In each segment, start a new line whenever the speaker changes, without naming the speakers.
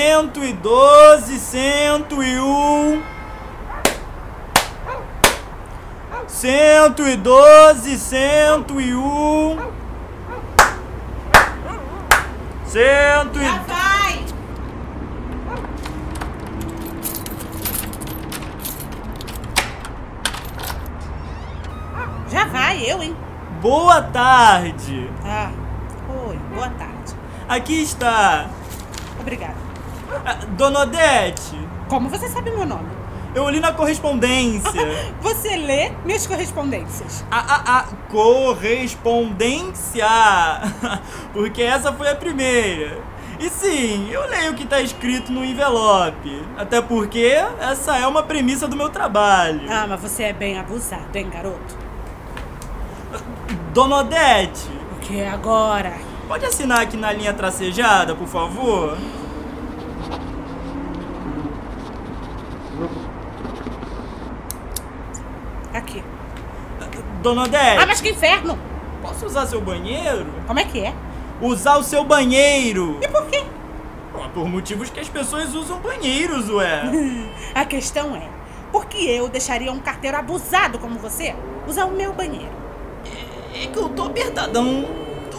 112, 101. 112, 101. 112.
Já Ah, vai! Ah, Já vai, eu, hein?
Boa tarde.
Ah, oi, boa tarde.
Aqui está.
Obrigada.
Ah, Dona Odete,
Como você sabe meu nome?
eu li na correspondência.
Você lê minhas correspondências.
A, a, a correspondência! Porque essa foi a primeira. E sim, eu leio o que tá escrito no envelope. Até porque essa é uma premissa do meu trabalho.
Ah, mas você é bem abusado, hein, garoto?
Dona Odete,
O que é agora?
pode assinar aqui na linha tracejada, por favor?
Aqui.
Dona Odete,
Ah, mas que inferno!
posso usar seu banheiro?
Como é que é?
Usar o seu banheiro!
E por quê?
Pô, Por motivos que as pessoas usam banheiros, ué.
A questão é, por que eu deixaria um carteiro abusado como você usar o meu banheiro?
É que eu tô apertadão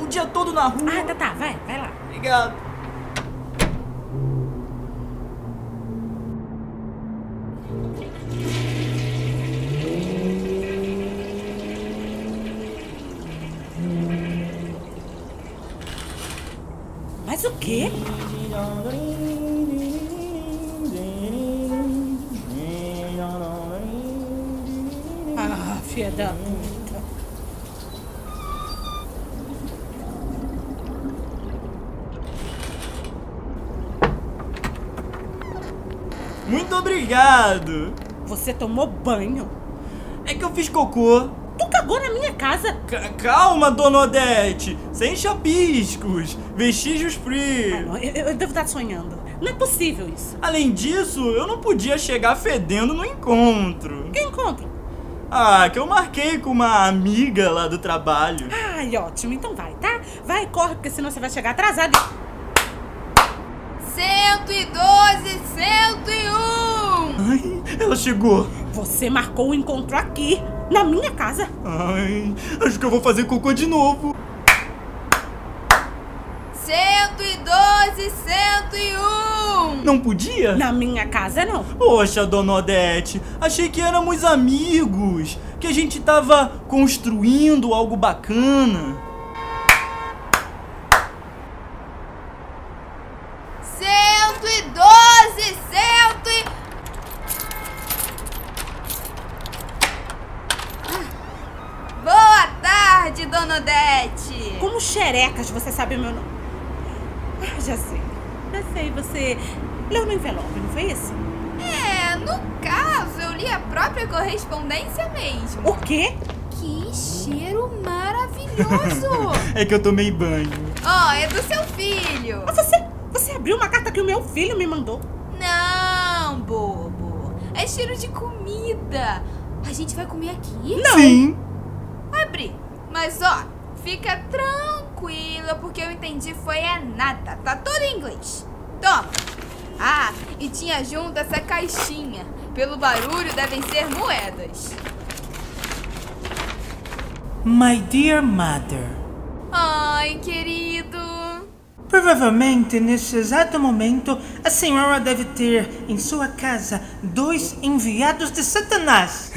o dia todo na rua.
Ah, tá, tá, vai, vai lá.
Obrigado.
Mas o quê? Ah, filha da puta.
Muito obrigado.
Você tomou banho?
É que eu fiz cocô.
Tu cagou na minha casa?
C- calma, dona Odete. Sem chapiscos, vestígios
Ah,
frios.
não, eu, eu devo estar sonhando. Não é possível isso.
Além disso, eu não podia chegar fedendo no encontro.
Que encontro?
Ah, que eu marquei com uma amiga lá do trabalho.
Ai, ótimo. Então vai, tá? Vai, corre, porque senão você vai chegar atrasado. e-
112, 101.
Ai, ela chegou.
Você marcou o encontro aqui, na minha casa.
Ai, acho que eu vou fazer cocô de novo.
112, 101.
Não podia?
Na minha casa, não.
Poxa, dona Odete, achei que éramos amigos, que a gente tava construindo algo bacana.
112, 100. Boa tarde, Dona Odete.
Como xerecas você sabe o meu nome? Ah, já sei. Já sei, você leu no envelope, não foi isso?
É, no caso, eu li a própria correspondência mesmo.
O quê?
Que cheiro maravilhoso!
É que eu tomei banho.
Ó, é do seu filho.
Mas Ah, você, você abriu uma carta que o meu filho me mandou.
Não, bobo. É cheiro de comida. A gente vai comer aqui?
Sim.
Abre. Mas ó, fica tranquila, porque eu entendi foi é nada. Tá tudo em inglês. Toma. Ah, e tinha junto essa caixinha. Pelo barulho devem ser moedas.
My dear mother,
Ai, querido.
provavelmente neste exato momento a senhora deve ter em sua casa dois enviados de Satanás.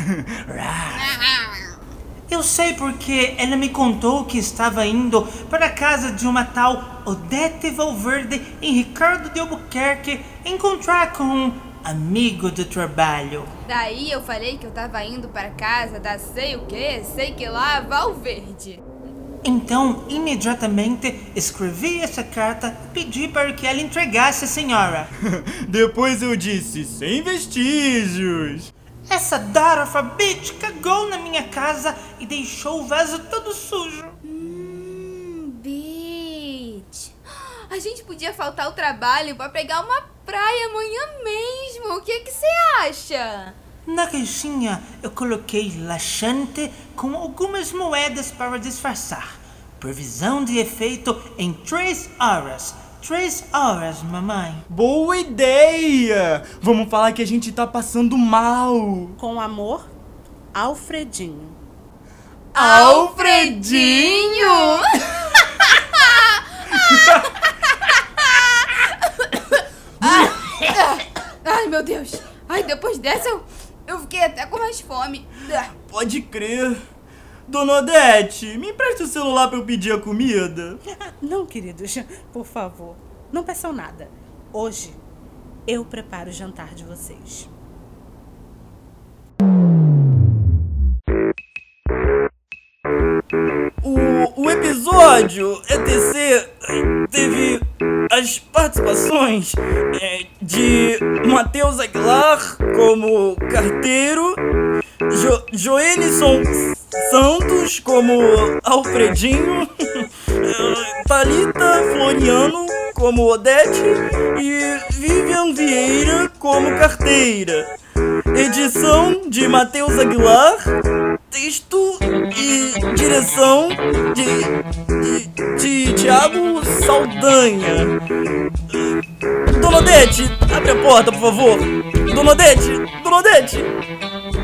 Eu sei porque ela me contou que estava indo para a casa de uma tal Odete Valverde em Ricardo de Albuquerque encontrar com um amigo do trabalho.
Daí eu falei que eu tava indo pra casa da sei o que, sei que lá, Valverde.
Então, imediatamente escrevi essa carta e pedi para que ela entregasse a senhora.
Depois eu disse sem vestígios.
Essa Darafa bitch cagou na minha casa e deixou o vaso todo sujo.
Hum, bitch. A gente podia faltar o trabalho pra pegar uma praia amanhã mesmo. O que que você acha?
Na caixinha eu coloquei laxante com algumas moedas para disfarçar. Previsão de efeito em 3 horas. Três horas, mamãe.
Boa ideia! Vamos falar que a gente tá passando mal.
Com amor, Alfredinho.
Alfredinho! Ai, meu Deus. Ai, depois dessa eu, eu fiquei até com mais fome.
Pode crer. Dona Odete, me empresta o celular pra eu pedir a comida.
Ah, Não, queridos, por favor, não peçam nada. Hoje eu preparo o jantar de vocês.
O, o episódio ETC eh, teve as participações eh, de Matheus Aguilar como carteiro, jo Joenison Santos como Alfredinho, eh, Thalita Floriano como Odete e Vivian Vieira como carteira. Edição de Matheus Aguilar, texto e direção de, de, de Tiago Saldanha. Dona Odete, abre a porta, por favor. Dona Odete, Dona Odete.